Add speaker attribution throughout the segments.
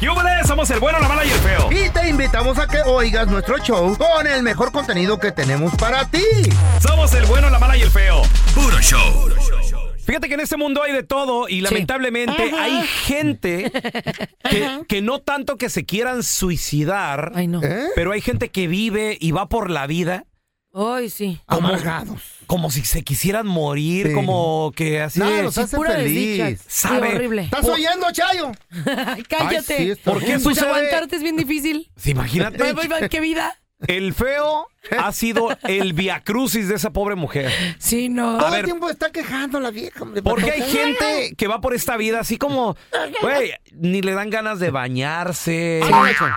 Speaker 1: ¡Yúbales! Somos el bueno, la mala y el feo.
Speaker 2: Y te invitamos a que oigas nuestro show con el mejor contenido que tenemos para ti.
Speaker 1: Somos el bueno, la mala y el feo.
Speaker 3: Puro show.
Speaker 1: Fíjate que en este mundo hay de todo y lamentablemente hay gente que, que no tanto que se quieran suicidar,
Speaker 4: Ay, no.
Speaker 2: ¿Eh?
Speaker 1: pero hay gente que vive y va por la vida
Speaker 4: Ay, sí.
Speaker 2: Amargados.
Speaker 1: como si se quisieran morir,
Speaker 2: Sí.
Speaker 1: como que así
Speaker 2: Nada
Speaker 1: de,
Speaker 2: los hace
Speaker 4: Pura desdicha.
Speaker 2: feliz.
Speaker 4: Sí,
Speaker 1: Sabe.
Speaker 4: horrible.
Speaker 2: ¿Estás oyendo, Chayo?
Speaker 4: Ay, cállate.
Speaker 2: Ay, sí, está-
Speaker 1: ¿Por qué
Speaker 4: Pues
Speaker 1: sucede?
Speaker 4: aguantarte es bien difícil.
Speaker 1: Sí, Imagínate.
Speaker 4: Ay, ay, ay, ¿Qué vida?
Speaker 1: El feo ha sido el viacrucis de esa pobre mujer.
Speaker 4: Sí, no.
Speaker 2: Todo
Speaker 1: A
Speaker 2: el
Speaker 1: ver.
Speaker 2: tiempo está quejando la vieja, hombre.
Speaker 1: Porque hay
Speaker 2: ¿Por qué?
Speaker 1: gente que va por esta vida así como, güey, ni le dan ganas de bañarse,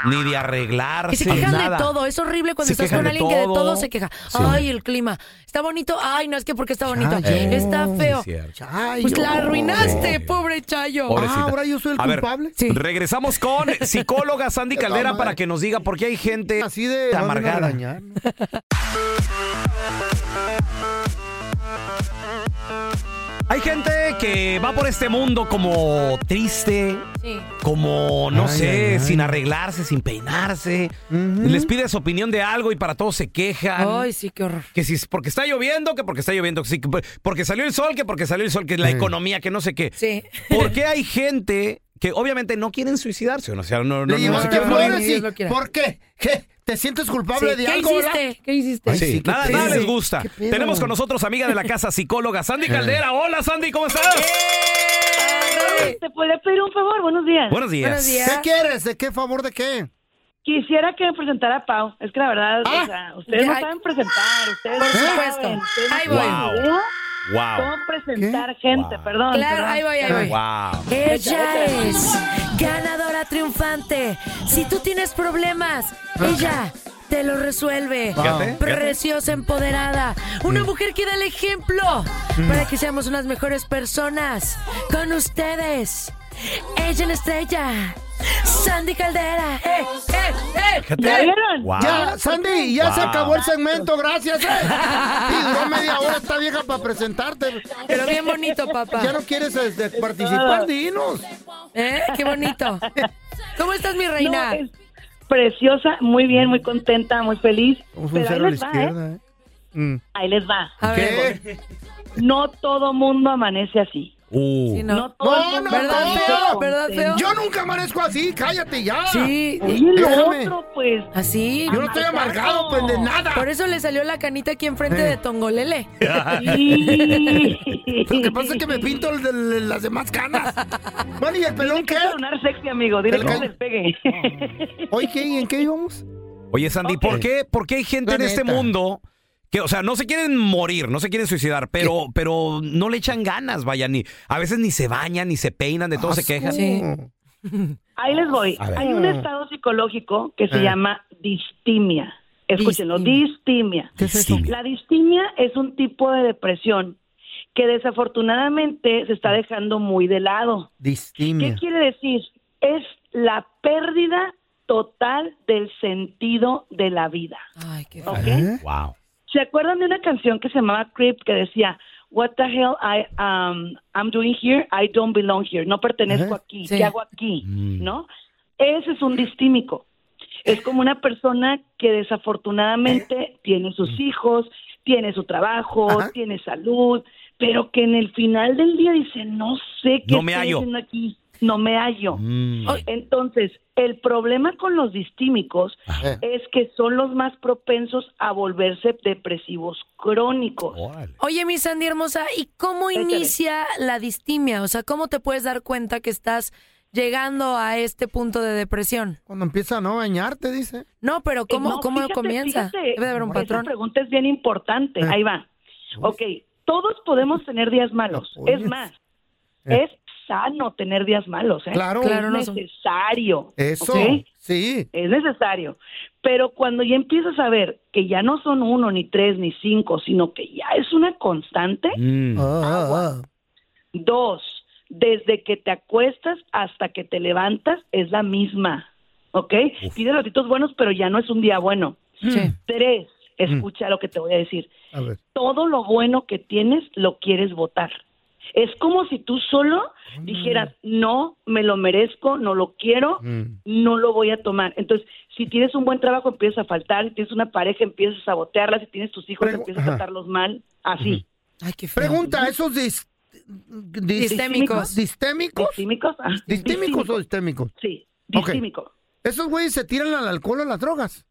Speaker 1: ni de
Speaker 4: Y
Speaker 1: arreglarse,
Speaker 4: se quejan
Speaker 1: nada.
Speaker 4: de todo, es horrible cuando
Speaker 1: Se
Speaker 4: estás
Speaker 1: quejan
Speaker 4: con
Speaker 1: de
Speaker 4: alguien que de
Speaker 1: todo.
Speaker 4: todo se queja. Ay, el clima. Está bonito. Ay, no es que porque está bonito.
Speaker 2: Chayo.
Speaker 4: Está feo.
Speaker 2: Chayo.
Speaker 4: Pues la arruinaste, pobre Chayo.
Speaker 1: Pobre-
Speaker 2: Ah, ahora yo soy el
Speaker 1: A ver,
Speaker 2: culpable.
Speaker 4: Sí.
Speaker 1: Regresamos con psicóloga Sandy Caldera
Speaker 2: madre.
Speaker 1: para que nos diga por qué hay gente
Speaker 2: Así de no,
Speaker 1: amargada.
Speaker 2: no, no, no, no.
Speaker 1: Hay gente que va por este mundo como triste,
Speaker 4: Sí.
Speaker 1: como, no
Speaker 2: Ay,
Speaker 1: sé,
Speaker 2: ay, ay.
Speaker 1: sin arreglarse, sin peinarse.
Speaker 2: Ujú.
Speaker 1: Les pides opinión de algo y para todos se quejan.
Speaker 4: Ay, sí, qué horror.
Speaker 1: Que si es porque está lloviendo, que porque está lloviendo, que sí, que por- porque salió el sol, que porque salió el sol, que la
Speaker 2: Sí.
Speaker 1: economía, que no sé qué.
Speaker 4: Sí.
Speaker 1: ¿Por qué hay gente que obviamente no quieren suicidarse? O sea, no, no, no,
Speaker 2: Le
Speaker 1: no se
Speaker 2: llevaste
Speaker 1: quieren
Speaker 4: flor.
Speaker 1: morir.
Speaker 2: flores
Speaker 4: no,
Speaker 2: y-
Speaker 4: Dios lo quiera.
Speaker 2: ¿Por qué? ¿Qué? ¿Te sientes culpable
Speaker 4: Sí,
Speaker 2: de
Speaker 4: ¿Qué
Speaker 2: algo, verdad?
Speaker 4: hiciste? ¿Qué hiciste?
Speaker 2: Ay, sí, qué
Speaker 1: Nada, nada
Speaker 2: triste.
Speaker 1: les gusta.
Speaker 2: Qué pedo.
Speaker 1: Tenemos con nosotros amiga de la casa psicóloga Sandy Caldera. Hola Sandy, ¿cómo estás?
Speaker 4: Ay,
Speaker 5: ¿Te podría pedir un favor? Buenos días.
Speaker 1: Buenos días.
Speaker 4: Buenos días.
Speaker 2: ¿Qué quieres? ¿De qué favor de qué?
Speaker 5: Quisiera que me presentara a Pau. Es que la verdad,
Speaker 2: Ah,
Speaker 5: o sea, ustedes
Speaker 4: ya.
Speaker 5: no saben presentar. Ustedes
Speaker 4: Por
Speaker 5: no
Speaker 4: supuesto.
Speaker 5: saben, ustedes no
Speaker 4: Ahí voy.
Speaker 5: tienen idea
Speaker 1: Wow.
Speaker 5: ¿Cómo presentar gente? Perdón.
Speaker 4: Claro,
Speaker 5: perdón.
Speaker 4: ahí voy, ahí voy.
Speaker 1: Wow.
Speaker 4: Ella es ganadora triunfante. Si tú tienes problemas, ella te lo resuelve.
Speaker 1: Fíjate, fíjate.
Speaker 4: Preciosa, empoderada. Una mujer que da el ejemplo para que seamos unas mejores personas. Con ustedes, ella en estrella, Sandy Caldera. ¡Eh, eh, eh!
Speaker 5: ¿Ya vieron?
Speaker 1: Wow.
Speaker 2: Ya, Sandy, ya se
Speaker 1: Wow.
Speaker 2: acabó el segmento, gracias. eh. Y duró media hora esta vieja para presentarte.
Speaker 4: Pero bien bonito, papá.
Speaker 2: Ya no quieres este, participar, dinos.
Speaker 4: ¿Eh? ¡Qué bonito! ¿Cómo estás, mi
Speaker 5: No,
Speaker 4: reina?
Speaker 5: es preciosa, muy bien, muy contenta, muy feliz. Pero ahí les va, ¿eh?
Speaker 2: ¿eh? Mm.
Speaker 5: Ahí les va.
Speaker 4: A ver.
Speaker 2: ¿Qué?
Speaker 5: No todo mundo amanece así.
Speaker 1: Uh.
Speaker 4: Sí,
Speaker 5: No,
Speaker 4: no.
Speaker 5: todo
Speaker 2: No,
Speaker 5: el mundo
Speaker 2: no,
Speaker 4: ¿Verdad,
Speaker 5: amanece
Speaker 4: feo? ¿Verdad,
Speaker 5: contento.
Speaker 4: feo?
Speaker 2: Yo nunca amanezco así, cállate ya.
Speaker 4: Sí,
Speaker 5: Oye, lo
Speaker 2: Déjame.
Speaker 5: otro, pues.
Speaker 4: ¿Ah, así.
Speaker 2: Yo no estoy amargado, pues, de nada.
Speaker 4: Por eso le salió la canita aquí enfrente de Tongolele.
Speaker 5: Sí.
Speaker 2: Lo que pasa es que me pinto el de- el- las demás canas. Bueno, ¿y el pelón qué?
Speaker 5: Quiero sonar sexy, amigo. Dile
Speaker 2: Pero
Speaker 5: que
Speaker 2: no.
Speaker 5: no les pegue.
Speaker 2: Oye, ¿qué? ¿Y en qué íbamos?
Speaker 1: Oye, Sandy, ¿por qué, por qué hay gente
Speaker 2: La
Speaker 1: en este
Speaker 2: neta.
Speaker 1: mundo que, o sea, no se quieren morir, no se quieren suicidar, pero, pero no le echan ganas, vaya, ni, a veces ni se bañan, ni se peinan, de todo se quejan.
Speaker 4: Sí.
Speaker 5: Ahí les voy.
Speaker 1: A ver.
Speaker 5: Hay un
Speaker 2: Ah.
Speaker 5: estado psicológico que se
Speaker 2: Eh.
Speaker 5: llama distimia. Escúchenlo,
Speaker 4: Distimia.
Speaker 5: distimia.
Speaker 2: ¿Qué es eso?
Speaker 5: La distimia es un tipo de depresión que desafortunadamente se está dejando muy de lado. ¿Qué
Speaker 2: Distimia.
Speaker 5: quiere decir? Es la pérdida total del sentido de la vida.
Speaker 4: Ay, qué
Speaker 5: ¿Ok?
Speaker 1: Ah,
Speaker 2: ¿Eh?
Speaker 1: Wow.
Speaker 5: ¿Se acuerdan de una canción que se llamaba Creep que decía What the hell I um, I'm doing here? I don't belong here. No pertenezco
Speaker 2: Ajá.
Speaker 5: aquí.
Speaker 4: Sí.
Speaker 5: ¿Qué hago aquí?
Speaker 1: Mm.
Speaker 5: ¿No? Ese es un distímico. Es como una persona que desafortunadamente tiene sus hijos, tiene su trabajo,
Speaker 2: Ajá.
Speaker 5: tiene salud, pero que en el final del día dice no sé qué
Speaker 1: No me
Speaker 5: estoy
Speaker 1: hallo.
Speaker 5: haciendo aquí, no me hallo.
Speaker 1: Mm.
Speaker 5: Entonces, el problema con los distímicos
Speaker 2: Ajá.
Speaker 5: es que son los más propensos a volverse depresivos crónicos.
Speaker 1: Órale.
Speaker 4: Oye, mi Sandy hermosa, ¿y cómo
Speaker 5: Échale.
Speaker 4: inicia la distimia? O sea, ¿cómo te puedes dar cuenta que estás llegando a este punto de depresión?
Speaker 2: Cuando empieza a no bañarte, dice.
Speaker 4: No, pero ¿cómo,
Speaker 5: Eh, no,
Speaker 4: cómo
Speaker 5: fíjate,
Speaker 4: comienza?
Speaker 5: fíjate,
Speaker 4: Debe de haber un
Speaker 5: esa
Speaker 4: patrón.
Speaker 5: pregunta es bien importante.
Speaker 2: Eh.
Speaker 5: Ahí va. Ok, todos podemos tener días malos.
Speaker 2: Ah, Oye.
Speaker 5: Es más,
Speaker 2: Eh.
Speaker 5: es sano tener días malos. ¿eh?
Speaker 2: Claro.
Speaker 4: Claro,
Speaker 5: Es
Speaker 4: no son-
Speaker 5: necesario.
Speaker 2: Eso.
Speaker 5: ¿ok?
Speaker 2: Sí.
Speaker 5: Es necesario. Pero cuando ya empiezas a ver que ya no son uno, ni tres, ni cinco, sino que ya es una constante,
Speaker 1: Mm.
Speaker 2: Ah, ah, ah.
Speaker 5: Dos, desde que te acuestas hasta que te levantas es la misma, ¿ok? Tiene ratitos buenos, pero ya no es un día bueno.
Speaker 4: Sí.
Speaker 5: Tres,
Speaker 2: Mm.
Speaker 5: escucha lo que te voy a decir.
Speaker 2: ah, A ver.
Speaker 5: Todo lo bueno que tienes lo quieres votar. Es como si tú solo
Speaker 2: Mm.
Speaker 5: dijeras, no, me lo merezco, no lo quiero,
Speaker 1: Mm.
Speaker 2: Mm.
Speaker 5: no lo voy a tomar. Entonces, si tienes un buen trabajo, empiezas a faltar, si tienes una pareja, empiezas a sabotearla, si tienes tus hijos,
Speaker 2: Pregu-
Speaker 5: empiezas
Speaker 2: Ajá.
Speaker 5: a tratarlos mal, así.
Speaker 4: Ay, qué feo.
Speaker 2: Pregunta, ¿esos dis- dis-
Speaker 4: Distémicos.
Speaker 2: distémicos?
Speaker 5: ¿Distímicos? Ah,
Speaker 2: ¿Distémicos o distémicos?
Speaker 5: Sí,
Speaker 2: Ok.
Speaker 5: distímico.
Speaker 2: ¿Esos güeyes se tiran al alcohol o a las drogas?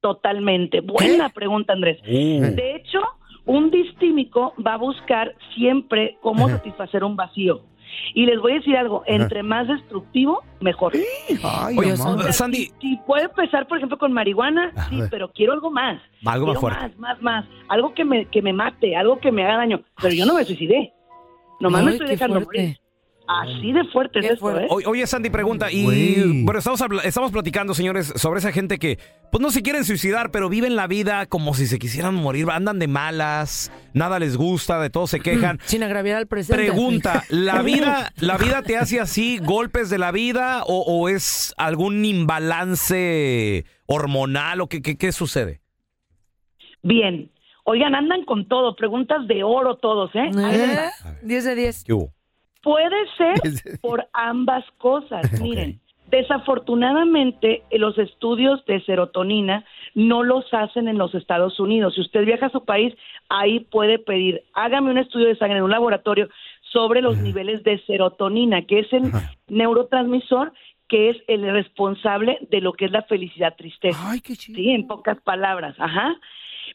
Speaker 5: Totalmente. Buena pregunta, Andrés. De hecho, un distímico va a buscar siempre cómo satisfacer un vacío. Y les voy a decir algo, entre más destructivo, mejor.
Speaker 2: Ay,
Speaker 4: Oye,
Speaker 2: amado.
Speaker 5: O sea,
Speaker 1: Sandy.
Speaker 5: Si, si puede empezar, por ejemplo, con marihuana,
Speaker 2: A
Speaker 5: sí,
Speaker 2: ver.
Speaker 5: pero quiero algo más.
Speaker 1: Algo más
Speaker 5: Quiero
Speaker 1: fuerte.
Speaker 5: Más, más, más. Algo que me, que me mate, algo que me haga daño. Pero yo no me suicidé. Nomás me
Speaker 4: Ay,
Speaker 5: estoy
Speaker 4: qué
Speaker 5: dejando
Speaker 4: fuerte.
Speaker 5: morir. Así de fuerte es
Speaker 4: Qué
Speaker 5: esto,
Speaker 4: fuerte.
Speaker 5: ¿eh?
Speaker 1: O- oye, Sandy, pregunta. Y
Speaker 2: Güey.
Speaker 1: bueno, estamos, habla- estamos platicando, señores, sobre esa gente que, pues no se quieren suicidar, pero viven la vida como si se quisieran morir. Andan de malas, nada les gusta, de todo se quejan.
Speaker 4: Sin agraviar al presente.
Speaker 1: Pregunta, ¿la vida, ¿la vida te hace así, golpes de la vida, o, o es algún imbalance hormonal o qué, qué, qué sucede?
Speaker 5: Bien. Oigan, andan con todo. Preguntas de oro todos, ¿eh? Ahí les va.
Speaker 4: ¿Eh? 10 de 10.
Speaker 1: ¿Qué hubo?
Speaker 5: Puede
Speaker 2: Ese-
Speaker 5: ser por ambas cosas. Miren, desafortunadamente eh, los estudios de serotonina no los hacen en los Estados Unidos. Si usted viaja a su país, ahí puede pedir, hágame un estudio de sangre en un laboratorio sobre los niveles de serotonina, que es el neurotransmisor que es el responsable de lo que es la felicidad tristeza.
Speaker 2: Ay, qué chido.
Speaker 5: Sí, en pocas palabras, ajá.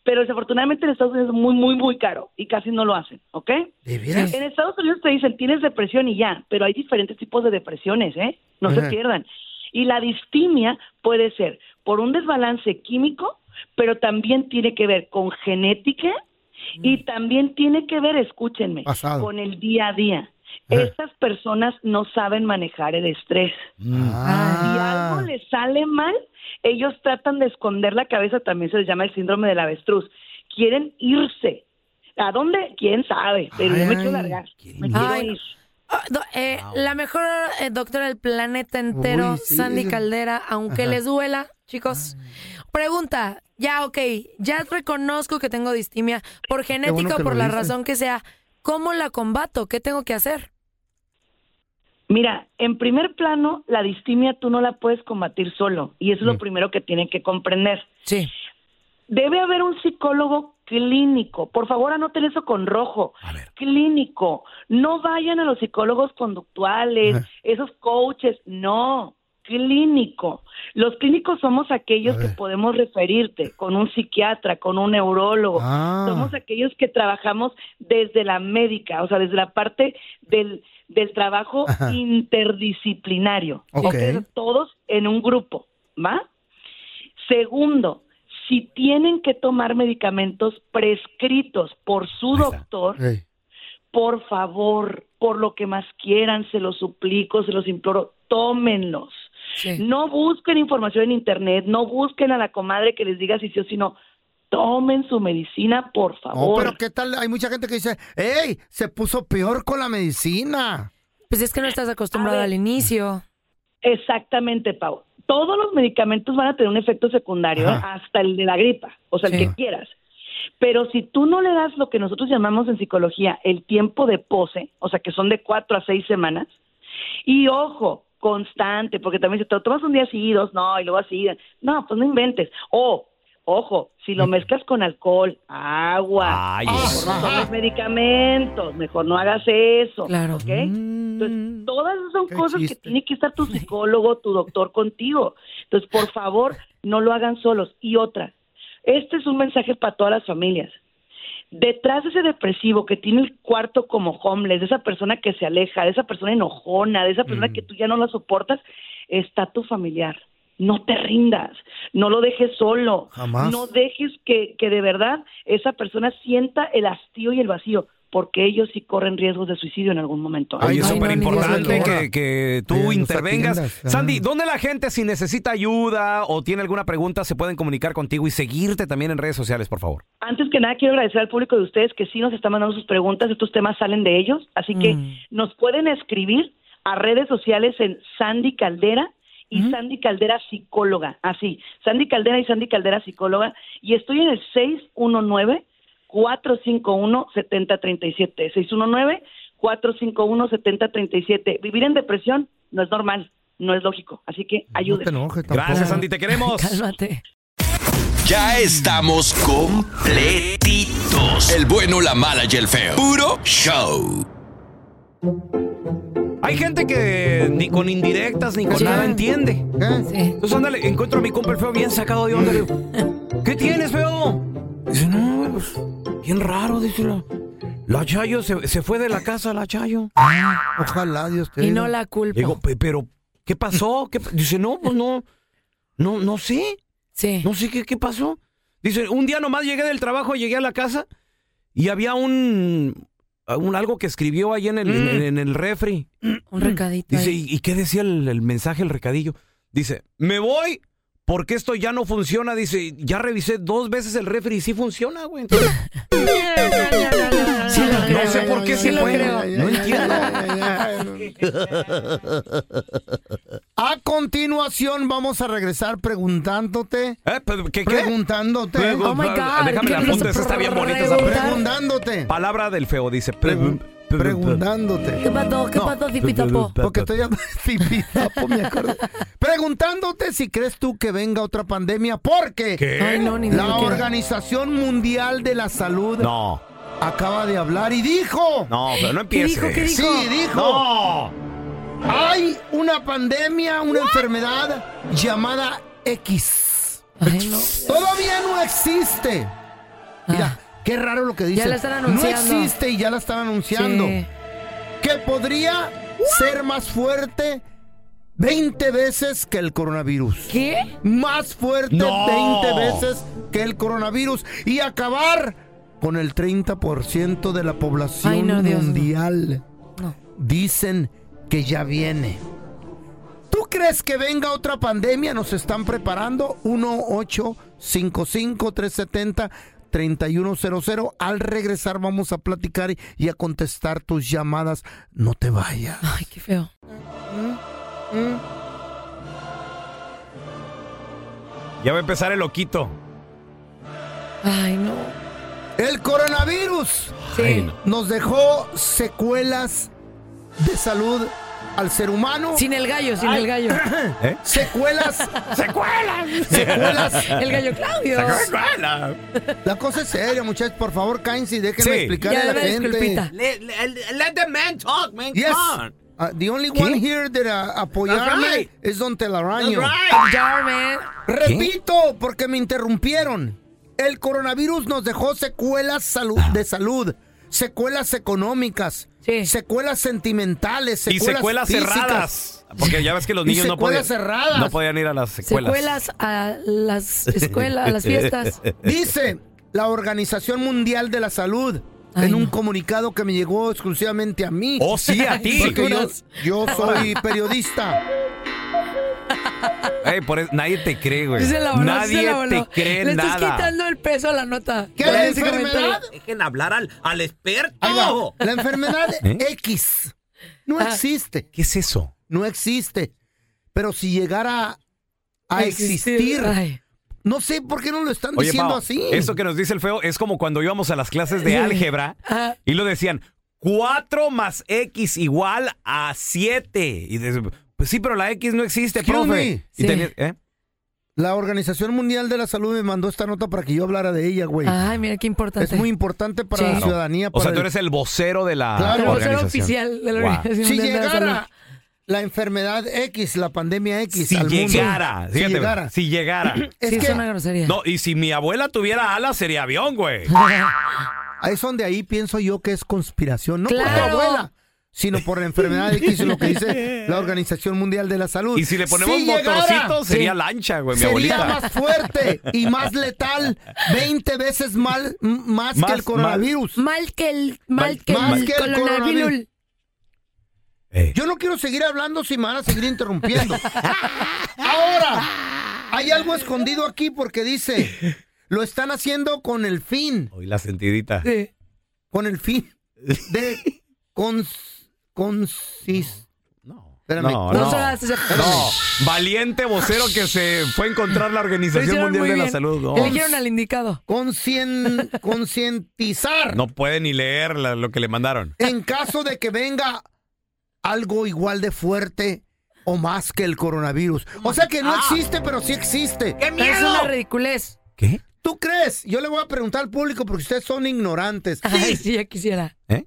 Speaker 5: Pero desafortunadamente en Estados Unidos es muy, muy, muy caro y casi no lo hacen, ¿ok?
Speaker 2: ¿De veras?
Speaker 5: En Estados Unidos te dicen tienes depresión y ya, pero hay diferentes tipos de depresiones, ¿eh? No
Speaker 2: Ajá.
Speaker 5: se pierdan. Y la distimia puede ser por un desbalance químico, pero también tiene que ver con genética y también tiene que ver, escúchenme,
Speaker 2: Mm. Pasado.
Speaker 5: con el día a día.
Speaker 2: Ajá.
Speaker 5: Estas personas no saben manejar el estrés.
Speaker 1: Mm.
Speaker 5: Si
Speaker 2: Mm. Ah.
Speaker 5: algo les sale mal, ellos tratan de esconder la cabeza, también se les llama el síndrome del avestruz. Quieren irse. ¿A dónde? ¿Quién sabe? Pero
Speaker 2: Ay,
Speaker 5: yo me quiero
Speaker 2: ay,
Speaker 5: largar.
Speaker 2: quieren
Speaker 5: Me
Speaker 2: irse.
Speaker 5: quiero
Speaker 4: Ay,
Speaker 5: ir.
Speaker 4: Ah, do- eh, La mejor eh, doctora del planeta entero,
Speaker 2: Uy, sí.
Speaker 4: Sandy Caldera, aunque les duela, chicos. Pregunta, ya, ok, ya reconozco que tengo distimia por genética
Speaker 2: bueno que
Speaker 4: o por
Speaker 2: lo
Speaker 4: la
Speaker 2: dices.
Speaker 4: razón que sea. ¿Cómo la combato? ¿Qué tengo que hacer?
Speaker 5: Mira, en primer plano, la distimia tú no la puedes combatir solo. Y eso es lo
Speaker 2: Mm.
Speaker 5: primero que tienen que comprender.
Speaker 4: Sí.
Speaker 5: Debe haber un psicólogo clínico. Por favor, anoten eso con rojo.
Speaker 1: A ver.
Speaker 5: Clínico. No vayan a los psicólogos conductuales,
Speaker 2: Ajá.
Speaker 5: esos coaches. No. Clínico. Los clínicos somos aquellos
Speaker 2: A
Speaker 5: que
Speaker 2: ver.
Speaker 5: podemos referirte con un psiquiatra, con un neurólogo.
Speaker 2: Ah.
Speaker 5: Somos aquellos que trabajamos desde la médica, o sea, desde la parte del, del trabajo
Speaker 2: Ajá.
Speaker 5: interdisciplinario.
Speaker 2: Ok.
Speaker 5: ¿ok? Todos en un grupo, ¿va? Segundo, si tienen que tomar medicamentos prescritos por
Speaker 1: Ahí
Speaker 5: su
Speaker 1: está.
Speaker 5: doctor,
Speaker 2: Ey.
Speaker 5: por favor, por lo que más quieran, se los suplico, se los imploro, tómenlos.
Speaker 4: Sí.
Speaker 5: No busquen información en internet, no busquen a la comadre que les diga si sí o si no. Tomen su medicina, por
Speaker 2: No,
Speaker 5: favor.
Speaker 2: pero ¿qué tal? Hay mucha gente que dice, ¡Ey! Se puso peor con la medicina.
Speaker 4: Pues es que no estás
Speaker 5: A
Speaker 4: acostumbrado
Speaker 5: ver.
Speaker 4: al inicio.
Speaker 5: Exactamente, Pau. Todos los medicamentos van a tener un efecto secundario, ¿eh?
Speaker 2: Ajá.
Speaker 5: hasta el de la gripa, o sea, el
Speaker 4: Sí.
Speaker 5: que quieras. Pero si tú no le das lo que nosotros llamamos en psicología el tiempo de pose, o sea, que son de cuatro a seis semanas, y ojo, constante, porque también si te lo tomas un día así, dos, no, y luego así, no, pues no inventes. O, ojo, si lo mezclas con alcohol, agua,
Speaker 1: Ay,
Speaker 5: mejor no tomes medicamentos, mejor no hagas eso,
Speaker 4: Claro.
Speaker 5: ¿ok? Entonces, todas esas son
Speaker 2: Qué
Speaker 5: cosas
Speaker 2: chiste.
Speaker 5: que tiene que estar tu psicólogo, tu doctor contigo. Entonces, por favor, no lo hagan solos. Y otra, este es un mensaje para todas las familias. Detrás de ese depresivo que tiene el cuarto como homeless, de esa persona que se aleja, de esa persona enojona, de esa persona
Speaker 2: Mm.
Speaker 5: que tú ya no la soportas, está tu familiar. No te rindas, no lo dejes solo,
Speaker 2: Jamás.
Speaker 5: no dejes que, que de verdad esa persona sienta el hastío y el vacío, porque ellos sí corren riesgos de suicidio en algún momento.
Speaker 1: Oye,
Speaker 2: Ay,
Speaker 1: es
Speaker 2: no,
Speaker 1: súper
Speaker 2: no,
Speaker 1: importante
Speaker 2: no, no.
Speaker 1: que, que tú
Speaker 2: Oye, nos
Speaker 1: intervengas.
Speaker 2: atiendas, ajá.
Speaker 1: Sandy, ¿dónde la gente si necesita ayuda o tiene alguna pregunta se pueden comunicar contigo y seguirte también en redes sociales, por favor?
Speaker 5: Antes que nada, quiero agradecer al público de ustedes que sí nos está mandando sus preguntas. Estos temas salen de ellos. Así que nos pueden escribir a redes sociales en Sandy Caldera y Sandy Caldera Psicóloga. Así, Sandy Caldera y Sandy Caldera Psicóloga. Y estoy en el 619-451-7037. 451-7037. Vivir en depresión no es normal, no es lógico. Así que
Speaker 2: No te
Speaker 5: ayúdenme.
Speaker 2: enojes tampoco.
Speaker 1: Gracias, Andy, te queremos.
Speaker 4: Cálmate.
Speaker 3: Ya estamos completitos. El bueno, la mala y el feo. Puro show.
Speaker 1: Hay gente que ni con indirectas ni con
Speaker 2: Pues
Speaker 4: Sí.
Speaker 1: nada entiende.
Speaker 2: ¿Eh?
Speaker 4: Sí.
Speaker 1: Entonces, ándale, encuentro a mi compa el feo bien sacado de onda. Le digo, ¿qué tienes, feo? Dice, no, pues, bien raro, dice la. La Chayo se, se fue de la casa, la Chayo.
Speaker 2: Ojalá Dios te
Speaker 4: Y
Speaker 2: oiga.
Speaker 4: no la
Speaker 1: Le digo,
Speaker 4: culpo.
Speaker 1: "Pe- pero, ¿qué pasó? ¿Qué pa-?" Dice, no, pues no, no, no sé.
Speaker 4: Sí.
Speaker 1: No sé qué, qué pasó. Dice, un día nomás llegué del trabajo, llegué a la casa y había un, un algo que escribió ahí en el,
Speaker 4: Mm.
Speaker 1: en, en el refri.
Speaker 4: Un recadito.
Speaker 1: Dice,
Speaker 4: ahí.
Speaker 1: ¿y, y qué decía el, el mensaje, el recadillo? Dice, me voy porque esto ya no funciona. Dice, ya revisé dos veces el refri y sí funciona, güey. Entonces,
Speaker 4: Sí lo creo.
Speaker 1: no sé por qué
Speaker 4: sí
Speaker 1: se
Speaker 4: lo
Speaker 1: fue.
Speaker 4: creo.
Speaker 1: No entiendo.
Speaker 2: A continuación vamos a regresar preguntándote,
Speaker 1: Eh, pero, ¿Qué, qué?
Speaker 2: preguntándote,
Speaker 1: Pregun-
Speaker 4: Oh my God,
Speaker 1: Déjame
Speaker 4: ¿qué
Speaker 1: la
Speaker 4: quieres
Speaker 1: apunto, esa está bien bonita. esa
Speaker 4: preguntar?
Speaker 1: pregunta.
Speaker 2: preguntándote,
Speaker 1: Palabra del feo, dice.
Speaker 2: pregun-
Speaker 1: pregun-
Speaker 4: ¿Qué
Speaker 2: preguntándote.
Speaker 4: pasó? ¿Qué
Speaker 2: No.
Speaker 4: pasó, Tipitapo?
Speaker 2: Porque estoy hablando de Tipitapo, me acordé. Preguntándote si crees tú que venga otra pandemia, porque
Speaker 4: Ay, no, ni Dios
Speaker 2: la
Speaker 4: lo quiera.
Speaker 2: Organización Mundial de la Salud
Speaker 1: No,
Speaker 2: acaba de hablar y dijo,
Speaker 1: no, pero no
Speaker 4: ¿Qué
Speaker 1: empieces.
Speaker 4: dijo? ¿Qué dijo?
Speaker 2: sí, dijo,
Speaker 1: No.
Speaker 2: hay una pandemia, una enfermedad llamada X.
Speaker 4: Ay, no.
Speaker 2: Todavía no existe. Mira, qué raro lo que dice.
Speaker 4: Ah. la están
Speaker 2: No
Speaker 4: anunciando.
Speaker 2: existe y ya la están anunciando.
Speaker 4: Sí.
Speaker 2: Que podría ser más fuerte 20 veces que el coronavirus.
Speaker 4: ¿Qué?
Speaker 2: Más fuerte
Speaker 1: No.
Speaker 2: 20 veces que el coronavirus. Y acabar con el 30% de la población
Speaker 4: Ay, no, Dios, no.
Speaker 2: mundial.
Speaker 4: No.
Speaker 2: Dicen que ya viene. ¿Tú crees que venga otra pandemia? ¿Nos están preparando? 1-855-370-3100. Al regresar vamos a platicar y a contestar tus llamadas. No te vayas.
Speaker 4: Ay, qué feo.
Speaker 1: Ya va a empezar el loquito.
Speaker 4: Ay, no.
Speaker 2: El coronavirus
Speaker 1: Ay,
Speaker 4: Sí.
Speaker 1: no.
Speaker 2: nos dejó secuelas de salud al ser humano.
Speaker 4: Sin el gallo, sin el gallo.
Speaker 2: Secuelas,
Speaker 1: ¡Secuelas!
Speaker 2: secuelas.
Speaker 4: El gallo Claudio.
Speaker 1: ¡Secuelas!
Speaker 2: La cosa es seria, muchachos. Por favor, cállense y déjenme
Speaker 1: Sí.
Speaker 2: explicarle
Speaker 4: Ya
Speaker 2: a la
Speaker 4: una
Speaker 2: gente.
Speaker 4: disculpita.
Speaker 1: Let, let- let the man talk, man.
Speaker 2: Yes.
Speaker 1: Come on.
Speaker 2: Uh, the only
Speaker 1: ¿Qué?
Speaker 2: one here that uh, apoyarme
Speaker 1: That's right.
Speaker 2: es Don Telaraño.
Speaker 4: Darman.
Speaker 2: Repito, porque me interrumpieron. El coronavirus nos dejó secuelas salu- de salud, secuelas económicas,
Speaker 4: Sí.
Speaker 2: secuelas sentimentales,
Speaker 1: Y
Speaker 2: secuelas
Speaker 1: secuelas
Speaker 2: físicas.
Speaker 1: cerradas. Porque ya ves que los
Speaker 2: Y
Speaker 1: niños no podían.
Speaker 2: secuelas cerradas.
Speaker 1: No podían ir a las secuelas.
Speaker 4: Secuelas a las escuelas, a las fiestas.
Speaker 2: Dice la Organización Mundial de la Salud
Speaker 4: Ay,
Speaker 2: en un
Speaker 4: no.
Speaker 2: comunicado que me llegó exclusivamente a mí.
Speaker 1: Oh, sí, a ti.
Speaker 2: Porque yo,
Speaker 4: Seguras.
Speaker 2: yo
Speaker 1: Ah,
Speaker 2: soy periodista.
Speaker 1: Ey, por eso- nadie te cree, güey.
Speaker 4: Se la voló, se
Speaker 1: nadie
Speaker 4: la voló.
Speaker 1: te cree
Speaker 4: Le estás
Speaker 1: nada.
Speaker 4: quitando el peso a la nota.
Speaker 2: ¿Qué
Speaker 4: Con
Speaker 2: la
Speaker 4: ese
Speaker 2: enfermedad?
Speaker 4: comentario.
Speaker 1: Dejen hablar al, al experto.
Speaker 2: Ahí va. La enfermedad
Speaker 1: ¿Eh?
Speaker 2: X no
Speaker 4: Ah.
Speaker 2: existe,
Speaker 1: ¿Qué es eso?
Speaker 2: no existe. Pero si llegara a existir,
Speaker 4: Ay.
Speaker 2: no sé por qué no lo están
Speaker 1: Oye,
Speaker 2: diciendo
Speaker 1: Pao,
Speaker 2: así.
Speaker 1: eso que nos dice el feo es como cuando íbamos a las clases de álgebra
Speaker 4: Ajá.
Speaker 1: y lo decían 4 más X igual a 7. Y dices, pues sí, pero la X no existe,
Speaker 2: Excuse
Speaker 1: profe.
Speaker 2: me.
Speaker 1: Y
Speaker 4: Sí.
Speaker 1: tenías- ¿eh?
Speaker 2: La Organización Mundial de la Salud me mandó esta nota para que yo hablara de ella, güey.
Speaker 4: Ay, mira qué importante.
Speaker 2: es muy importante para
Speaker 4: Ah, Sí.
Speaker 2: la ciudadanía.
Speaker 1: O
Speaker 2: para
Speaker 1: sea, tú
Speaker 2: el-
Speaker 1: eres el vocero de la
Speaker 2: Claro.
Speaker 4: El vocero
Speaker 1: organización.
Speaker 4: oficial de la
Speaker 1: Guau.
Speaker 4: Organización
Speaker 2: Si
Speaker 4: Mundial de la Salud.
Speaker 2: llegara la enfermedad X, la pandemia X,
Speaker 1: Si
Speaker 2: al mundo,
Speaker 1: llegara,
Speaker 2: si
Speaker 1: fíjate,
Speaker 2: llegara,
Speaker 1: si llegara.
Speaker 2: es
Speaker 4: sí,
Speaker 2: que
Speaker 4: es una grosería.
Speaker 1: No, y si mi abuela tuviera alas, sería avión, güey.
Speaker 2: ahí es donde ahí pienso yo que es conspiración, no por tu
Speaker 4: Claro.
Speaker 2: abuela, sino por la enfermedad X, lo que dice la Organización Mundial de la Salud.
Speaker 1: Y si le ponemos
Speaker 2: Si llegara,
Speaker 1: motorcito, sería
Speaker 2: sí,
Speaker 1: lancha, güey, mi
Speaker 2: Sería
Speaker 1: abuelita.
Speaker 2: más fuerte y más letal, 20 veces mal- m- más,
Speaker 1: Más-
Speaker 2: que el coronavirus.
Speaker 4: Mal que el, mal
Speaker 1: Mal-
Speaker 4: que
Speaker 2: más
Speaker 4: el,
Speaker 2: que el
Speaker 4: coronavirus.
Speaker 2: coronavirus.
Speaker 1: Eh,
Speaker 2: Yo no quiero seguir hablando si me van a seguir interrumpiendo. Ahora, hay algo escondido aquí porque dice, lo están haciendo con el fin,
Speaker 1: Hoy la sentidita.
Speaker 4: Sí.
Speaker 2: con el fin de cons, consis-
Speaker 1: No.
Speaker 2: espérame.
Speaker 1: No,
Speaker 4: No
Speaker 1: Oh, no.
Speaker 4: se hace-
Speaker 1: No, valiente vocero que se fue a encontrar la
Speaker 4: Lo
Speaker 1: Organización
Speaker 4: hicieron
Speaker 1: Mundial
Speaker 4: muy
Speaker 1: de la
Speaker 4: bien.
Speaker 1: Salud. oh. No,
Speaker 4: Eligieron al indicado.
Speaker 2: Concien- concientizar
Speaker 1: no puede ni leer la- lo que le mandaron.
Speaker 2: en caso de que venga algo igual de fuerte o más que el coronavirus. O sea que no
Speaker 1: Ah.
Speaker 2: existe, pero sí existe.
Speaker 4: Es una ridiculez.
Speaker 1: ¿Qué?
Speaker 2: ¿Tú crees? Yo le voy a preguntar al público porque ustedes son ignorantes.
Speaker 4: Ay, sí, ya quisiera.
Speaker 1: ¿Eh?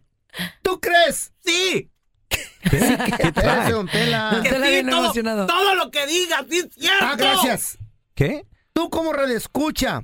Speaker 2: ¿Tú crees?
Speaker 6: Sí,
Speaker 1: ¿Qué
Speaker 2: Espérese,
Speaker 1: trae?
Speaker 2: don Tela.
Speaker 6: que
Speaker 4: Estela
Speaker 6: sí,
Speaker 4: bien
Speaker 6: todo,
Speaker 4: emocionado.
Speaker 6: todo lo que digas, sí es cierto.
Speaker 2: Ah, gracias.
Speaker 1: ¿Qué?
Speaker 2: Tú como escucha,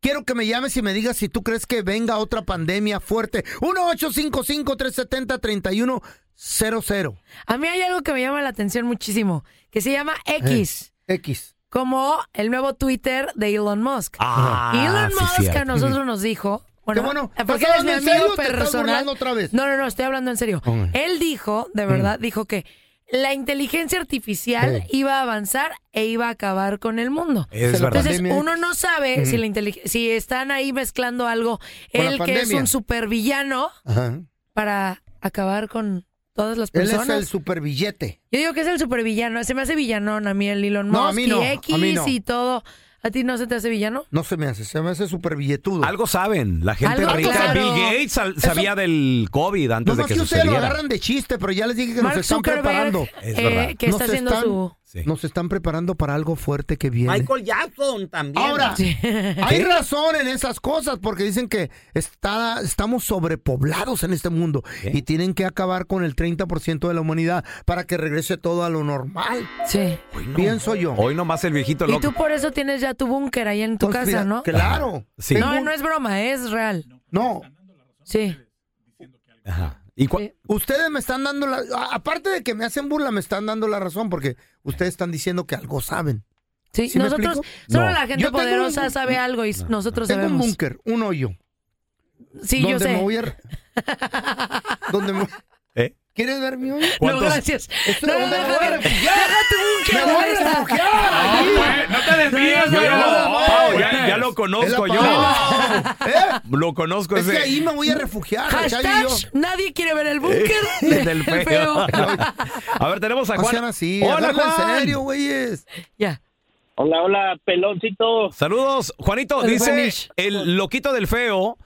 Speaker 2: quiero que me llames y me digas si tú crees que venga otra pandemia fuerte. 1-855-370-3100.
Speaker 4: A mí hay algo que me llama la atención muchísimo, que se llama
Speaker 1: Eh.
Speaker 4: X,
Speaker 2: Eh, X.
Speaker 4: como el nuevo Twitter de Elon Musk.
Speaker 1: Ah,
Speaker 4: Elon
Speaker 1: sí,
Speaker 4: Musk
Speaker 1: cierto.
Speaker 4: a nosotros nos dijo. Bueno,
Speaker 2: Qué bueno.
Speaker 4: eh,
Speaker 2: ¿Estás
Speaker 4: porque eres mi
Speaker 2: hablando en
Speaker 4: amigo
Speaker 2: serio o te estás
Speaker 4: personal.
Speaker 2: burlando otra vez?
Speaker 4: No, no, no, estoy hablando en serio.
Speaker 2: Hombre. Mm.
Speaker 4: Él dijo, de verdad, dijo que la inteligencia artificial iba a avanzar e iba a acabar con el mundo.
Speaker 1: Es
Speaker 2: Se lo
Speaker 1: verdad.
Speaker 4: Entonces,
Speaker 2: Eh, Pandemia
Speaker 4: uno no sabe si la intelig- si están ahí mezclando algo,
Speaker 2: Con la
Speaker 4: él que es
Speaker 2: pandemia.
Speaker 4: un supervillano
Speaker 2: Ajá.
Speaker 4: para acabar con todas las
Speaker 2: Él
Speaker 4: personas.
Speaker 2: es el superbillete.
Speaker 4: Yo digo que es el supervillano, se me hace villanón a mí el Elon Musk
Speaker 2: No, a mí no,
Speaker 4: y
Speaker 2: a
Speaker 4: X
Speaker 2: mí no.
Speaker 4: y todo. ¿A ti no se te hace villano?
Speaker 2: No se me hace, se me hace superbilletudo.
Speaker 1: Algo saben, la gente
Speaker 4: Algo,
Speaker 1: rica.
Speaker 4: claro.
Speaker 1: Bill Gates sal- sabía del COVID antes
Speaker 2: Nomás
Speaker 1: de que,
Speaker 2: que, ustedes lo
Speaker 1: sucediera.
Speaker 2: agarran de chiste, pero ya les dije que
Speaker 4: Mark
Speaker 2: nos están
Speaker 4: Zuckerberg,
Speaker 2: preparando.
Speaker 1: Es
Speaker 4: eh,
Speaker 1: verdad.
Speaker 4: que
Speaker 2: Nos
Speaker 4: está haciendo
Speaker 2: están-
Speaker 4: su...
Speaker 1: Sí.
Speaker 2: Nos están preparando para algo fuerte que viene.
Speaker 6: Michael Jackson también.
Speaker 2: Ahora, hay razón en esas cosas porque dicen que está, estamos sobrepoblados en este mundo
Speaker 1: ¿Qué?
Speaker 2: y tienen que acabar con el 30% de la humanidad para que regrese todo a lo normal,
Speaker 4: Sí.
Speaker 2: pienso yo.
Speaker 1: Hoy nomás el viejito
Speaker 4: Y
Speaker 1: loco.
Speaker 4: tú por eso tienes ya tu búnker ahí en tu
Speaker 2: Entonces,
Speaker 4: casa,
Speaker 2: Pues mira,
Speaker 4: ¿no?
Speaker 2: Claro.
Speaker 1: Sí.
Speaker 4: No, no es broma, es real.
Speaker 2: No,
Speaker 4: Sí.
Speaker 1: Ajá. ¿Y cua-
Speaker 4: Sí.
Speaker 2: ustedes me están dando la... a- Aparte de que me hacen burla, me están dando la razón porque ustedes están diciendo que algo saben.
Speaker 4: Sí,
Speaker 2: ¿Sí me
Speaker 4: nosotros,
Speaker 2: explico?
Speaker 4: solo
Speaker 1: No.
Speaker 4: la gente
Speaker 2: Yo tengo
Speaker 4: poderosa
Speaker 2: un-
Speaker 4: sabe algo y nosotros
Speaker 2: Tengo un
Speaker 4: sabemos.
Speaker 2: búnker, un hoyo,
Speaker 4: sí, yo
Speaker 2: donde
Speaker 4: sé.
Speaker 2: me voy a... re- donde me-
Speaker 1: ¿Eh?
Speaker 2: ¿Quieres ver mi hoyo?
Speaker 4: No,
Speaker 1: ¿Cuántos-
Speaker 4: gracias.
Speaker 2: Esto
Speaker 4: No,
Speaker 2: es
Speaker 4: no,
Speaker 2: donde me
Speaker 4: deja
Speaker 2: voy a
Speaker 4: de-
Speaker 2: refugiar.
Speaker 4: deja tu
Speaker 2: ¡Me
Speaker 4: búnker,
Speaker 2: voy a
Speaker 4: molesta.
Speaker 2: refugiar allí!
Speaker 1: No te desvíes,
Speaker 4: güey.
Speaker 1: Pau, ya, ya
Speaker 2: Es
Speaker 1: lo
Speaker 2: la
Speaker 1: conozco yo.
Speaker 2: palabra. ¿Eh?
Speaker 1: Lo conozco
Speaker 2: Es
Speaker 1: ese.
Speaker 2: que ahí Eh, me voy a refugiar, Chayo y yo.
Speaker 4: Hashtag, nadie quiere ver el búnker
Speaker 1: del feo. A ver, tenemos a
Speaker 2: No
Speaker 1: Juan.
Speaker 2: sean así,
Speaker 1: Hola,
Speaker 2: hablen
Speaker 1: Juan.
Speaker 2: en serio, güeyes.
Speaker 4: ya.
Speaker 7: Hola, hola, peloncito.
Speaker 1: Saludos, Juanito.
Speaker 4: El
Speaker 1: dice
Speaker 4: Juanish.
Speaker 1: el loquito del feo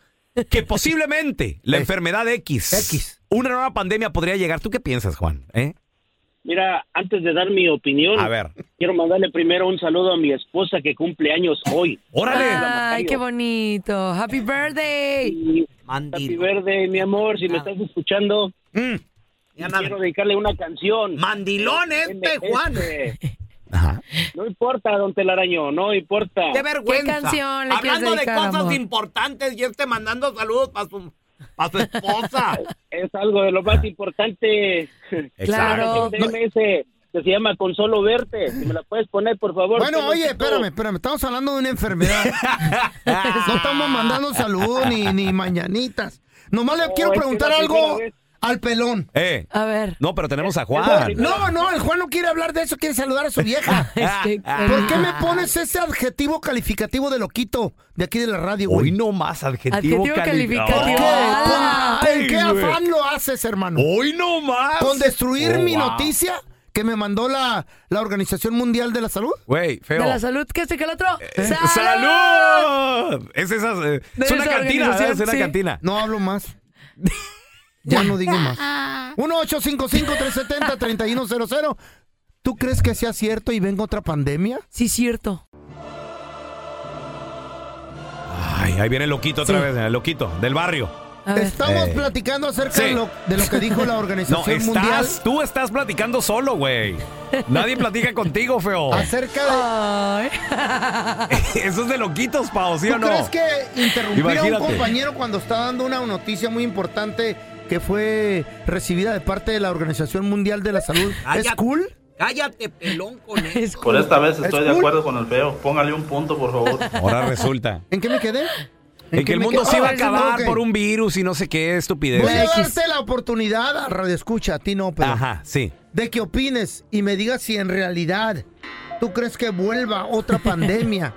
Speaker 1: que posiblemente la enfermedad X,
Speaker 2: X.
Speaker 1: una nueva pandemia podría llegar. ¿Tú qué piensas, Juan? ¿Eh?
Speaker 7: Mira, antes de dar mi opinión,
Speaker 1: A ver.
Speaker 7: quiero mandarle primero un saludo a mi esposa que cumple años hoy.
Speaker 1: Órale.
Speaker 4: Ay, qué bonito. Happy birthday.
Speaker 7: Y Happy
Speaker 6: Mandil.
Speaker 7: Verde, mi amor, si me estás escuchando,
Speaker 6: Ya nada.
Speaker 7: quiero dedicarle una canción. Eh,
Speaker 6: Mandilón este, Juan.
Speaker 7: Este,
Speaker 1: Ajá.
Speaker 7: No importa, don Telaraño, no importa.
Speaker 6: Qué vergüenza.
Speaker 4: canción le quieres
Speaker 6: Hablando
Speaker 4: dedicar,
Speaker 6: de cosas
Speaker 4: amor?
Speaker 6: importantes y este mandando saludos para su, pa' su esposa.
Speaker 7: Es algo de lo más importante.
Speaker 4: Claro.
Speaker 7: De MS, que se llama Con Solo Verte. Si me la puedes poner, por favor.
Speaker 2: Bueno, oye,
Speaker 7: peloncito.
Speaker 2: espérame, espérame. Estamos hablando de una enfermedad. No estamos mandando saludos ni, ni mañanitas. Nomás le
Speaker 7: No,
Speaker 2: quiero
Speaker 7: es que
Speaker 2: preguntar
Speaker 7: la
Speaker 2: algo
Speaker 7: primera vez.
Speaker 2: al pelón.
Speaker 1: Eh,
Speaker 4: A ver.
Speaker 1: no, pero tenemos a Juan.
Speaker 2: No, no, el Juan no quiere hablar de eso, quiere saludar a su vieja.
Speaker 4: Este,
Speaker 2: Ah, ¿Por qué me pones ese adjetivo calificativo de loquito de aquí de la radio,
Speaker 1: Hoy
Speaker 2: güey?
Speaker 1: no más adjetivo,
Speaker 4: Adjetivo
Speaker 1: calificado.
Speaker 2: ¿Por qué?
Speaker 4: calificativo.
Speaker 2: ¿Con,
Speaker 4: Ay,
Speaker 2: con qué
Speaker 1: güey.
Speaker 2: afán lo haces, hermano?
Speaker 1: Hoy no más.
Speaker 2: con destruir
Speaker 1: Oh,
Speaker 2: mi
Speaker 1: wow.
Speaker 2: noticia que me mandó la, la Organización Mundial de la Salud.
Speaker 1: Güey,
Speaker 4: De
Speaker 1: feo.
Speaker 4: la salud, que este que el otro.
Speaker 1: Eh,
Speaker 4: ¡Salud!
Speaker 1: ¡Salud! Es, esas, eh,
Speaker 4: De
Speaker 1: es una
Speaker 4: esa
Speaker 1: cantina, ¿verdad? es
Speaker 4: organización,
Speaker 1: una
Speaker 4: sí.
Speaker 1: cantina.
Speaker 2: No hablo más. ya no digo más. 1-855-370-3100. ¿Tú crees que sea cierto y venga otra pandemia?
Speaker 4: Sí, cierto.
Speaker 1: Ay, ahí viene el loquito otra
Speaker 4: Sí.
Speaker 1: vez, el loquito del barrio.
Speaker 4: A ver.
Speaker 2: Estamos
Speaker 1: Eh.
Speaker 2: platicando acerca
Speaker 1: Sí.
Speaker 2: de, lo, de lo que dijo la
Speaker 1: No,
Speaker 2: Organización
Speaker 1: estás,
Speaker 2: Mundial
Speaker 1: tú estás platicando solo, güey. Nadie platica contigo, feo.
Speaker 2: acerca de...
Speaker 4: Ay.
Speaker 1: Eso es de loquitos, Pao, ¿sí
Speaker 2: ¿Tú
Speaker 1: o no?
Speaker 2: crees que interrumpir a
Speaker 1: Imagínate.
Speaker 2: un compañero cuando está dando una noticia muy importante que fue recibida de parte de la Organización Mundial de la Salud es
Speaker 1: Ah,
Speaker 6: Cállate.
Speaker 2: cool?
Speaker 6: Cállate, pelón con él.
Speaker 4: Es
Speaker 8: Por esta vez estoy
Speaker 2: Es
Speaker 8: de
Speaker 2: cool.
Speaker 8: acuerdo con el feo. Póngale un punto, por favor.
Speaker 1: Ahora resulta.
Speaker 2: ¿En qué me quedé?
Speaker 1: En que el
Speaker 2: me
Speaker 1: mundo
Speaker 2: quedé?
Speaker 1: se iba a
Speaker 2: Ah,
Speaker 1: acabar
Speaker 2: ok.
Speaker 1: por un virus y no sé qué estupidez.
Speaker 2: Voy a
Speaker 4: X.
Speaker 2: darte la oportunidad, a Radio Escucha, a ti no, pero...
Speaker 1: Ajá, sí.
Speaker 2: De que opines y me digas si en realidad ¿Tú crees que vuelva otra pandemia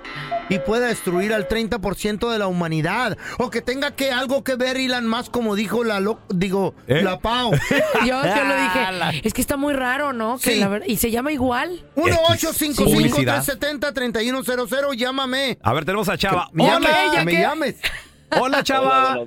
Speaker 2: y pueda destruir al 30% de la humanidad? O que tenga que algo que ver Elon Musk, como dijo la lo- digo,
Speaker 1: ¿Eh?
Speaker 2: la Pau.
Speaker 4: Yo, yo lo
Speaker 1: Ah, la-
Speaker 4: dije. Es que está muy raro, ¿no? Que
Speaker 2: Sí.
Speaker 4: la verdad- y se llama igual.
Speaker 2: 1-855-370-3100, llámame.
Speaker 1: A ver, tenemos a Chava.
Speaker 2: Me llames,
Speaker 1: Hola,
Speaker 2: que me llames.
Speaker 1: hola Chava.
Speaker 7: Hola, bueno,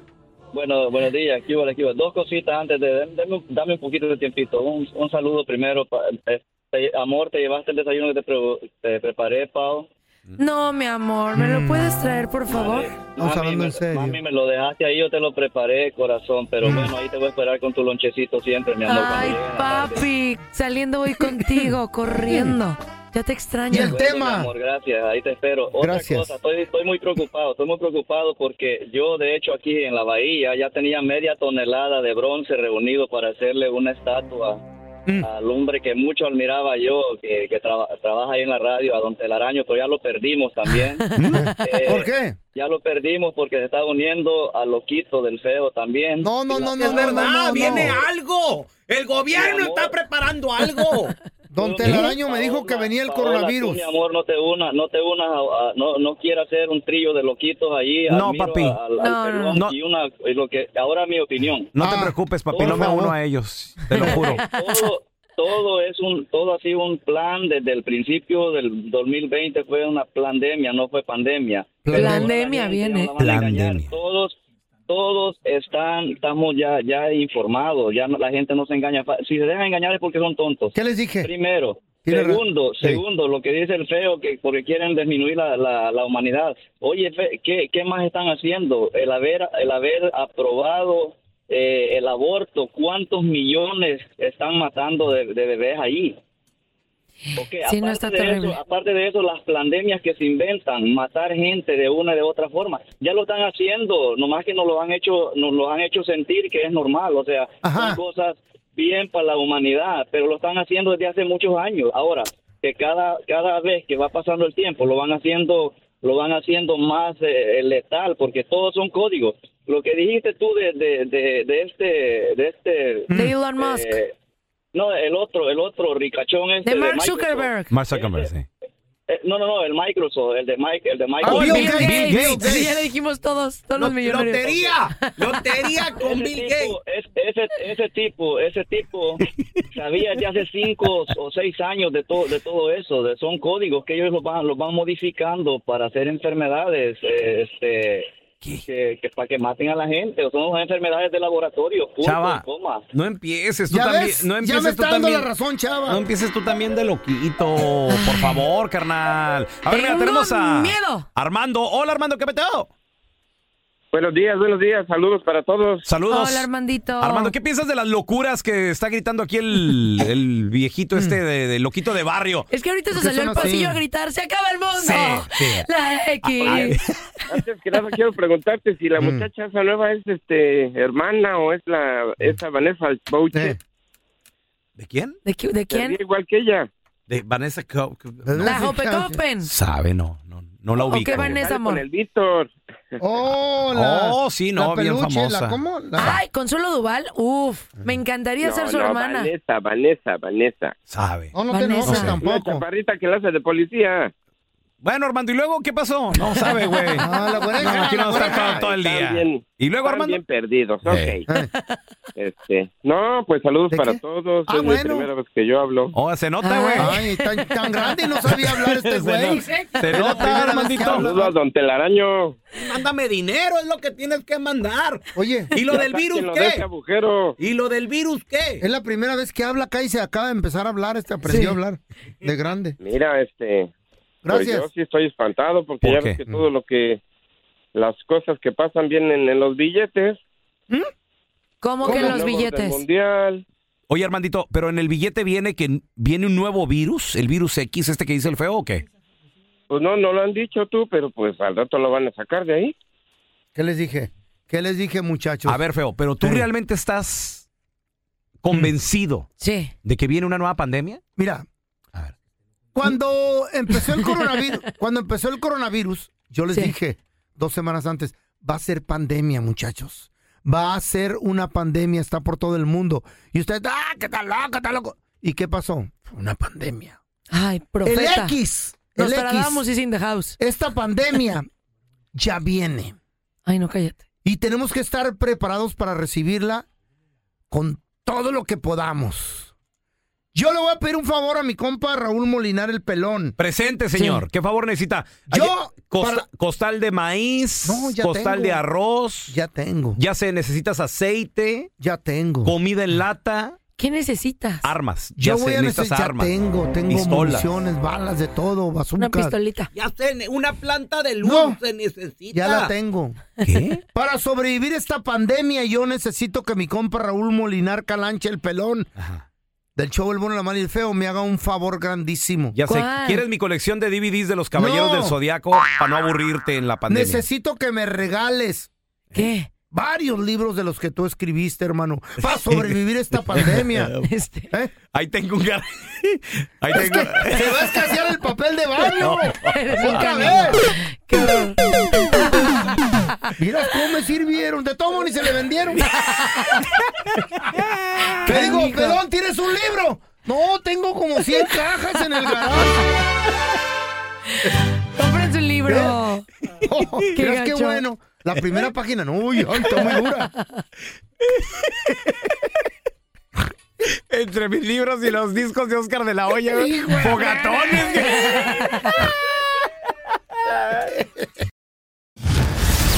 Speaker 7: bueno, buenos días, aquí, vale, aquí, vale. Dos cositas antes de... Dame, un- dame un poquito de tiempito. Un, un saludo primero. pa- eh, te- amor, ¿te llevaste el desayuno que te, pre- te preparé, Pau?
Speaker 4: No, mi amor, ¿me lo puedes traer, por favor?
Speaker 2: Estamos hablando
Speaker 7: me,
Speaker 2: en serio. Mm.
Speaker 7: mami, me lo dejaste ahí, yo te lo preparé, corazón. Pero bueno, ahí te voy a esperar con tu lonchecito siempre, mi amor. cuando
Speaker 4: Ay,
Speaker 7: llegue en la tarde.
Speaker 4: papi, saliendo voy contigo, corriendo. Ya te
Speaker 2: Y
Speaker 4: extraño.
Speaker 2: el
Speaker 7: Bueno, mi
Speaker 2: tema.
Speaker 7: amor, gracias, ahí te espero. Otra
Speaker 2: Gracias.
Speaker 7: cosa, estoy, estoy muy preocupado, estoy muy preocupado porque yo, de hecho, aquí en la bahía ya tenía media tonelada de bronce reunido para hacerle una estatua
Speaker 2: Mm.
Speaker 7: al hombre que mucho admiraba yo, que, que traba- trabaja ahí en la radio, a Don Telaraño, pero ya lo perdimos también. Eh,
Speaker 2: ¿Por qué?
Speaker 7: Ya lo perdimos porque se está uniendo a Loquito del Feo también.
Speaker 2: No, no, no, no,
Speaker 6: Es
Speaker 2: no,
Speaker 6: verdad,
Speaker 2: no, no,
Speaker 6: Ah, viene
Speaker 2: no.
Speaker 6: algo. El gobierno
Speaker 7: Mi amor.
Speaker 6: está preparando algo.
Speaker 2: Don Telaraño me dijo que venía el
Speaker 7: Paola,
Speaker 2: coronavirus.
Speaker 7: tú, mi amor, no te unas, no te unas, a- a- no, no quieras hacer un trillo de loquitos ahí.
Speaker 1: No,
Speaker 7: admiro
Speaker 1: papi.
Speaker 7: al-
Speaker 4: No,
Speaker 7: al
Speaker 4: no,
Speaker 7: pelón
Speaker 1: no.
Speaker 7: Y una, y lo que, ahora mi opinión.
Speaker 1: No te
Speaker 2: Ah,
Speaker 1: preocupes, papi,
Speaker 7: por
Speaker 1: no me
Speaker 2: favor.
Speaker 1: uno a ellos, te lo juro.
Speaker 7: Todo, todo es un, todo ha sido un plan desde el principio del 2020 fue una pandemia, no fue pandemia.
Speaker 4: Pandemia
Speaker 7: Ahora la gente
Speaker 4: viene.
Speaker 7: no la van a
Speaker 1: Pandemia.
Speaker 7: engañar. Todos, todos están, estamos ya, ya informados. Ya no- la gente no se engaña. fa- Si se dejan engañar es porque son tontos.
Speaker 2: ¿Qué les dije?
Speaker 7: Primero.
Speaker 2: Tiene ra-
Speaker 7: Segundo,
Speaker 2: Sí.
Speaker 7: segundo, lo que dice el feo, que porque quieren disminuir la, la, la humanidad. Oye, fe- ¿qué, ¿qué más están haciendo? El haber, el haber aprobado eh, el aborto, ¿cuántos millones están matando de, de bebés ahí? Ok,
Speaker 4: Sí, no, está
Speaker 7: de eso-
Speaker 4: terrible.
Speaker 7: aparte de eso, las pandemias que se inventan, matar gente de una y de otra forma, ya lo están haciendo, nomás que nos lo han hecho, nos lo han hecho sentir que es normal, o sea,
Speaker 2: Ajá.
Speaker 7: son cosas bien para la humanidad, pero lo están haciendo desde hace muchos años. Ahora, que cada, cada vez que va pasando el tiempo, lo van haciendo, lo van haciendo más eh, letal, porque todos son códigos. Lo que dijiste tú de, de, de, de este, de este
Speaker 4: De Elon Musk.
Speaker 7: eh, no, el otro, el otro ricachón este
Speaker 4: De Mark
Speaker 7: Microsoft.
Speaker 4: Zuckerberg.
Speaker 1: Mark Zuckerberg, sí.
Speaker 7: Eh, no, no, no, el Microsoft, el de Mike, el de
Speaker 2: Ah,
Speaker 7: Microsoft.
Speaker 2: Bill
Speaker 4: Bill
Speaker 2: Gates,
Speaker 4: Gates.
Speaker 2: Bill Gates.
Speaker 4: Sí, ya le dijimos todos, todos los millonarios.
Speaker 6: lotería. Lotería con Bill
Speaker 7: ese,
Speaker 6: Gates.
Speaker 7: tipo, es- ese, ese tipo, ese tipo sabía ya hace cinco o seis años de todo, de todo eso, de, son códigos que ellos los van, los van modificando para hacer enfermedades, eh, este, que, que para que maten a la gente, o son enfermedades de laboratorio, punto,
Speaker 1: Chava,
Speaker 7: coma.
Speaker 1: no empieces tú
Speaker 2: ¿Ya
Speaker 1: también.
Speaker 2: ves?
Speaker 1: No
Speaker 2: ya
Speaker 1: empieces
Speaker 2: me
Speaker 1: tú
Speaker 2: está dando
Speaker 1: también.
Speaker 2: la razón,
Speaker 1: No
Speaker 2: chava.
Speaker 1: empieces tú también de loquito, por favor, carnal. A ver, mira,
Speaker 4: Tengo
Speaker 1: tenemos a
Speaker 4: miedo.
Speaker 1: Armando. Hola, Armando, ¿qué peteo?
Speaker 9: Buenos días, buenos días, saludos para todos.
Speaker 1: Saludos.
Speaker 4: Hola, Armandito.
Speaker 1: Armando, ¿qué piensas de las locuras que está gritando aquí el, el viejito este de, de loquito de barrio?
Speaker 4: Es que ahorita se
Speaker 2: ¿Por qué
Speaker 4: salió
Speaker 2: son
Speaker 4: al
Speaker 2: así?
Speaker 4: pasillo a gritar, se acaba el mundo.
Speaker 1: Sí, sí.
Speaker 4: La X.
Speaker 9: Antes que nada quiero preguntarte si la muchacha esa nueva es este hermana o es la esa Vanessa Boucher.
Speaker 2: Eh,
Speaker 1: ¿De quién?
Speaker 4: ¿De, qui- de
Speaker 9: Se
Speaker 4: quién?
Speaker 9: veía Igual que ella.
Speaker 1: De Vanessa Co-
Speaker 4: La Jope Copen.
Speaker 1: Sabe, no, no, no la
Speaker 4: ¿O
Speaker 1: ubico.
Speaker 4: qué Vanessa,
Speaker 9: Sale
Speaker 4: amor?
Speaker 9: Con el Víctor.
Speaker 2: Oh, la-
Speaker 1: Oh, sí, no,
Speaker 2: la
Speaker 1: bien
Speaker 2: peluche,
Speaker 1: famosa.
Speaker 2: la- ¿Cómo? La-
Speaker 4: Ay, Consuelo Duval. Uf, me encantaría
Speaker 9: No,
Speaker 4: ser su
Speaker 9: no,
Speaker 4: hermana.
Speaker 9: Vanessa, Vanessa, Vanessa.
Speaker 1: Sabe.
Speaker 2: No, no te
Speaker 4: Vanessa.
Speaker 2: enojes
Speaker 1: No sé.
Speaker 9: Una
Speaker 2: tampoco.
Speaker 9: chaparrita que la hace de policía.
Speaker 1: Bueno, Armando, ¿y luego qué pasó? No sabe, güey.
Speaker 2: Ah, la
Speaker 1: No,
Speaker 2: güereja,
Speaker 1: aquí
Speaker 2: la
Speaker 1: vamos a
Speaker 2: güereja.
Speaker 1: estar todo, todo el día.
Speaker 9: Están bien-
Speaker 1: y luego,
Speaker 9: están
Speaker 1: Armando.
Speaker 9: bien perdidos, ok.
Speaker 1: Eh.
Speaker 9: Este, no, pues saludos
Speaker 2: ¿De
Speaker 9: para
Speaker 2: qué?
Speaker 9: todos.
Speaker 2: Ah,
Speaker 9: es
Speaker 2: bueno.
Speaker 9: la primera vez que yo hablo.
Speaker 1: Oh, se nota, güey.
Speaker 2: Ay, tan, tan grande y no sabía hablar este
Speaker 1: Se
Speaker 2: güey.
Speaker 1: no- Se nota, Armandito.
Speaker 9: Saludos a Ah, Don Telaraño.
Speaker 6: Mándame dinero, es lo que tienes que mandar.
Speaker 2: Oye,
Speaker 6: ¿Y lo
Speaker 9: Ya
Speaker 6: del virus
Speaker 9: sáquenlo de ese
Speaker 6: qué?
Speaker 9: agujero.
Speaker 6: ¿Y lo del virus qué?
Speaker 2: es la primera vez que habla acá y se acaba de empezar a hablar este. Aprendió a hablar de grande.
Speaker 9: Mira, este, Pues
Speaker 2: Gracias.
Speaker 9: yo sí estoy espantado porque
Speaker 1: ¿Por
Speaker 9: ya
Speaker 1: qué?
Speaker 9: ves que todo lo que las cosas que pasan vienen en los billetes.
Speaker 4: ¿Cómo
Speaker 9: Como
Speaker 4: que los
Speaker 9: luego del
Speaker 4: billetes?
Speaker 9: mundial.
Speaker 1: Oye, Armandito, pero en el billete viene que viene un nuevo virus, el virus X, este que dice el feo, ¿o qué?
Speaker 9: Pues no, no lo han dicho tú, pero pues al rato lo van a sacar de ahí.
Speaker 2: ¿Qué les dije? ¿Qué les dije, muchachos?
Speaker 1: A ver, feo, pero tú
Speaker 2: Sí.
Speaker 1: realmente estás convencido
Speaker 4: Sí.
Speaker 1: de que viene una nueva pandemia?
Speaker 2: Mira,
Speaker 1: A ver.
Speaker 2: cuando empezó el coronavirus, cuando empezó el coronavirus, yo les
Speaker 4: Sí.
Speaker 2: dije dos semanas antes, va a ser pandemia, muchachos. Va a ser una pandemia, está por todo el mundo. Y usted, ah, que está loco, está loco. ¿Y qué pasó? Fue una pandemia.
Speaker 4: Ay, profeta.
Speaker 2: El X.
Speaker 4: Nos
Speaker 2: el
Speaker 4: tardamos
Speaker 2: X.
Speaker 4: y sin the house.
Speaker 2: Esta pandemia ya viene.
Speaker 4: Ay, no, cállate.
Speaker 2: Y tenemos que estar preparados para recibirla con todo lo que podamos. Yo le voy a pedir un favor a mi compa Raúl Molinar el Pelón.
Speaker 1: Presente, señor. ¿Qué favor necesita?
Speaker 2: Yo,
Speaker 1: Ay, costa-
Speaker 2: para-
Speaker 1: Costal de maíz,
Speaker 2: No, ya
Speaker 1: costal
Speaker 2: tengo.
Speaker 1: de arroz, ya.
Speaker 2: Ya tengo,
Speaker 1: se necesitas aceite,
Speaker 2: ya tengo.
Speaker 1: comida en lata,
Speaker 4: ¿Qué necesitas?
Speaker 1: armas.
Speaker 2: Yo
Speaker 1: ya
Speaker 2: voy
Speaker 1: se
Speaker 2: a
Speaker 1: necesitas
Speaker 2: necesitar, ya
Speaker 1: armas.
Speaker 2: tengo, tengo
Speaker 1: Pistola.
Speaker 2: municiones, balas, de todo,
Speaker 4: Una
Speaker 2: bazooka.
Speaker 4: pistolita.
Speaker 6: Ya se ne- una planta de luz
Speaker 2: No.
Speaker 6: se necesita.
Speaker 2: Ya la tengo.
Speaker 1: ¿Qué?
Speaker 2: Para sobrevivir esta pandemia, yo necesito que mi compa Raúl Molinar Calanche, el pelón
Speaker 1: Ajá.
Speaker 2: del show El Bueno, la Mala y el Feo, me haga un favor grandísimo.
Speaker 1: Ya sé.
Speaker 4: ¿Cuál?
Speaker 1: ¿Quieres mi colección de DVDs de los Caballeros
Speaker 2: No.
Speaker 1: del Zodiaco para no aburrirte en la pandemia?
Speaker 2: necesito que me regales
Speaker 4: ¿Qué?
Speaker 2: varios libros de los que tú escribiste, hermano, para sobrevivir esta pandemia.
Speaker 4: Este.
Speaker 2: ¿Eh?
Speaker 1: Ahí tengo un gar... Ahí
Speaker 2: Es
Speaker 1: tengo...
Speaker 2: que se va a escasear el papel de baño.
Speaker 4: Eres un
Speaker 2: Otra
Speaker 4: canijo.
Speaker 2: vez.
Speaker 4: Qué horror.
Speaker 2: Mira cómo me sirvieron. De todo ni se le vendieron. Te digo,
Speaker 4: Canijo.
Speaker 2: pelón, ¿tienes un libro? No, tengo como 100 cajas en el garaje.
Speaker 4: Compren su libro.
Speaker 2: Oh,
Speaker 4: Qué
Speaker 2: miras qué
Speaker 4: gacho.
Speaker 2: bueno. La primera página, no, uy, ay, está muy dura.
Speaker 1: Entre mis libros y los discos de Oscar de la Hoya. Fogatones.